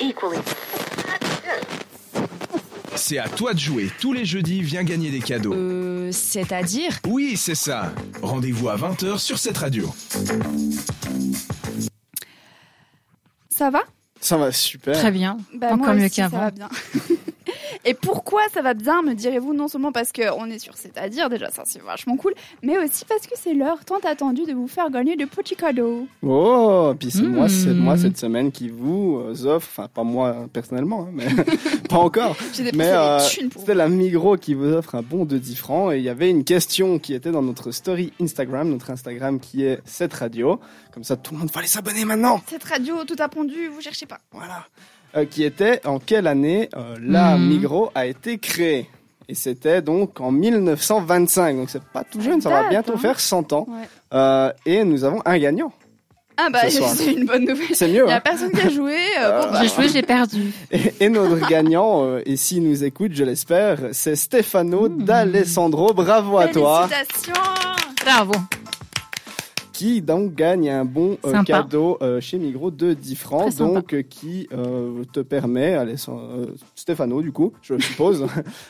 equally. C'est à toi de jouer. Tous les jeudis, viens gagner des cadeaux. Euh, c'est-à-dire Oui, c'est ça. Rendez-vous à 20h sur cette radio. Ça va Ça va super. Très bien. Bah, Encore moi mieux aussi, ça qu'avant. va bien. Et pourquoi ça va bien, me direz-vous, non seulement parce qu'on est sur C'est-à-dire, déjà ça c'est vachement cool, mais aussi parce que c'est l'heure tant attendue de vous faire gagner de petits cadeaux. Oh, puis c'est Mmh. moi, Hmm. c'est moi cette semaine qui vous euh, offre, enfin pas moi personnellement, hein, mais pas encore. J'ai dépensé Mais des euh, thunes pour c'était la Migros qui vous offre un bon de 10 francs et il y avait une question qui était dans notre story Instagram, notre Instagram qui est cette radio. Comme ça, tout le monde va aller s'abonner maintenant. Cette radio tout pondu, vous cherchez pas. Voilà. Euh, qui était en quelle année euh, la Hmm. Mmh. Migros a été créée Et c'était donc en 1925. Donc c'est pas tout jeune, ça va date, bientôt hein. faire 100 ans. Ouais. Euh, et nous avons un gagnant. Ah bah Ce soir. c'est une bonne nouvelle. C'est mieux. Il y hein. a personne qui a joué. euh, bon, bah, J'ai joué, j'ai perdu. Et, et notre gagnant, euh, et s'il nous écoute, je l'espère, c'est Stefano Mmh. D'Alessandro. Bravo à toi, Félicitations Bravo. qui donc gagne un bon euh, Sympa. cadeau euh, chez Migros de 10 francs, Très sympa. donc euh, qui euh, te permet, Alessandro, euh, Stefano du coup, je suppose,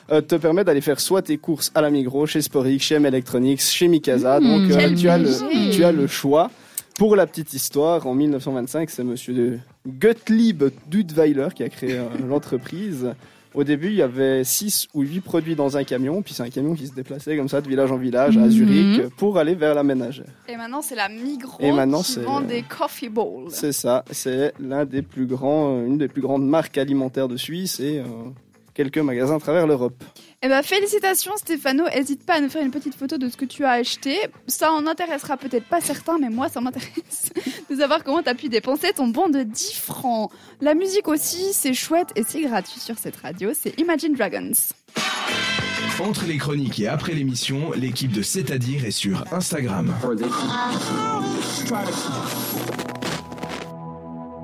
euh, te permet d'aller faire soit tes courses à la Migros, chez Sporix, chez M Electronics, chez Mikasa. Mmh. donc euh, Quel tu, as le, plaisir. tu as le choix. Pour la petite histoire, en 1925, c'est monsieur de Gottlieb Dudweiler qui a créé euh, l'entreprise. Au début, il y avait 6 ou 8 produits dans un camion, puis c'est un camion qui se déplaçait comme ça de village en village à Mhm. Zurich pour aller vers la ménagère. Et maintenant c'est la Migros Et maintenant, qui c'est- vend des coffee balls. C'est ça, c'est l'un des plus grands, euh, une des plus grandes marques alimentaires de Suisse et euh, quelques magasins à travers l'Europe. Eh ben félicitations Stéphano, n'hésite pas à nous faire une petite photo de ce que tu as acheté. Ça en intéressera peut-être pas certains, mais moi ça m'intéresse de savoir comment t'as pu dépenser ton bon de 10 francs. La musique aussi, c'est chouette et c'est gratuit sur cette radio, c'est Imagine Dragons. Entre les chroniques et après l'émission, l'équipe de C'est-à-dire est sur Instagram.